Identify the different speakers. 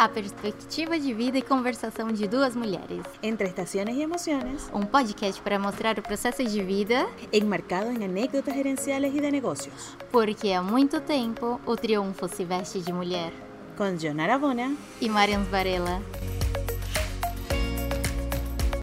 Speaker 1: A perspectiva de vida e conversação de duas mulheres.
Speaker 2: Entre estaciones y emociones,
Speaker 1: Um podcast para mostrar o processo de vida,
Speaker 2: enmarcado en anécdotas gerenciales y de negocios,
Speaker 1: porque há muito tempo o triunfo se veste de mulher.
Speaker 2: con John Arabona
Speaker 1: E Marians Varela.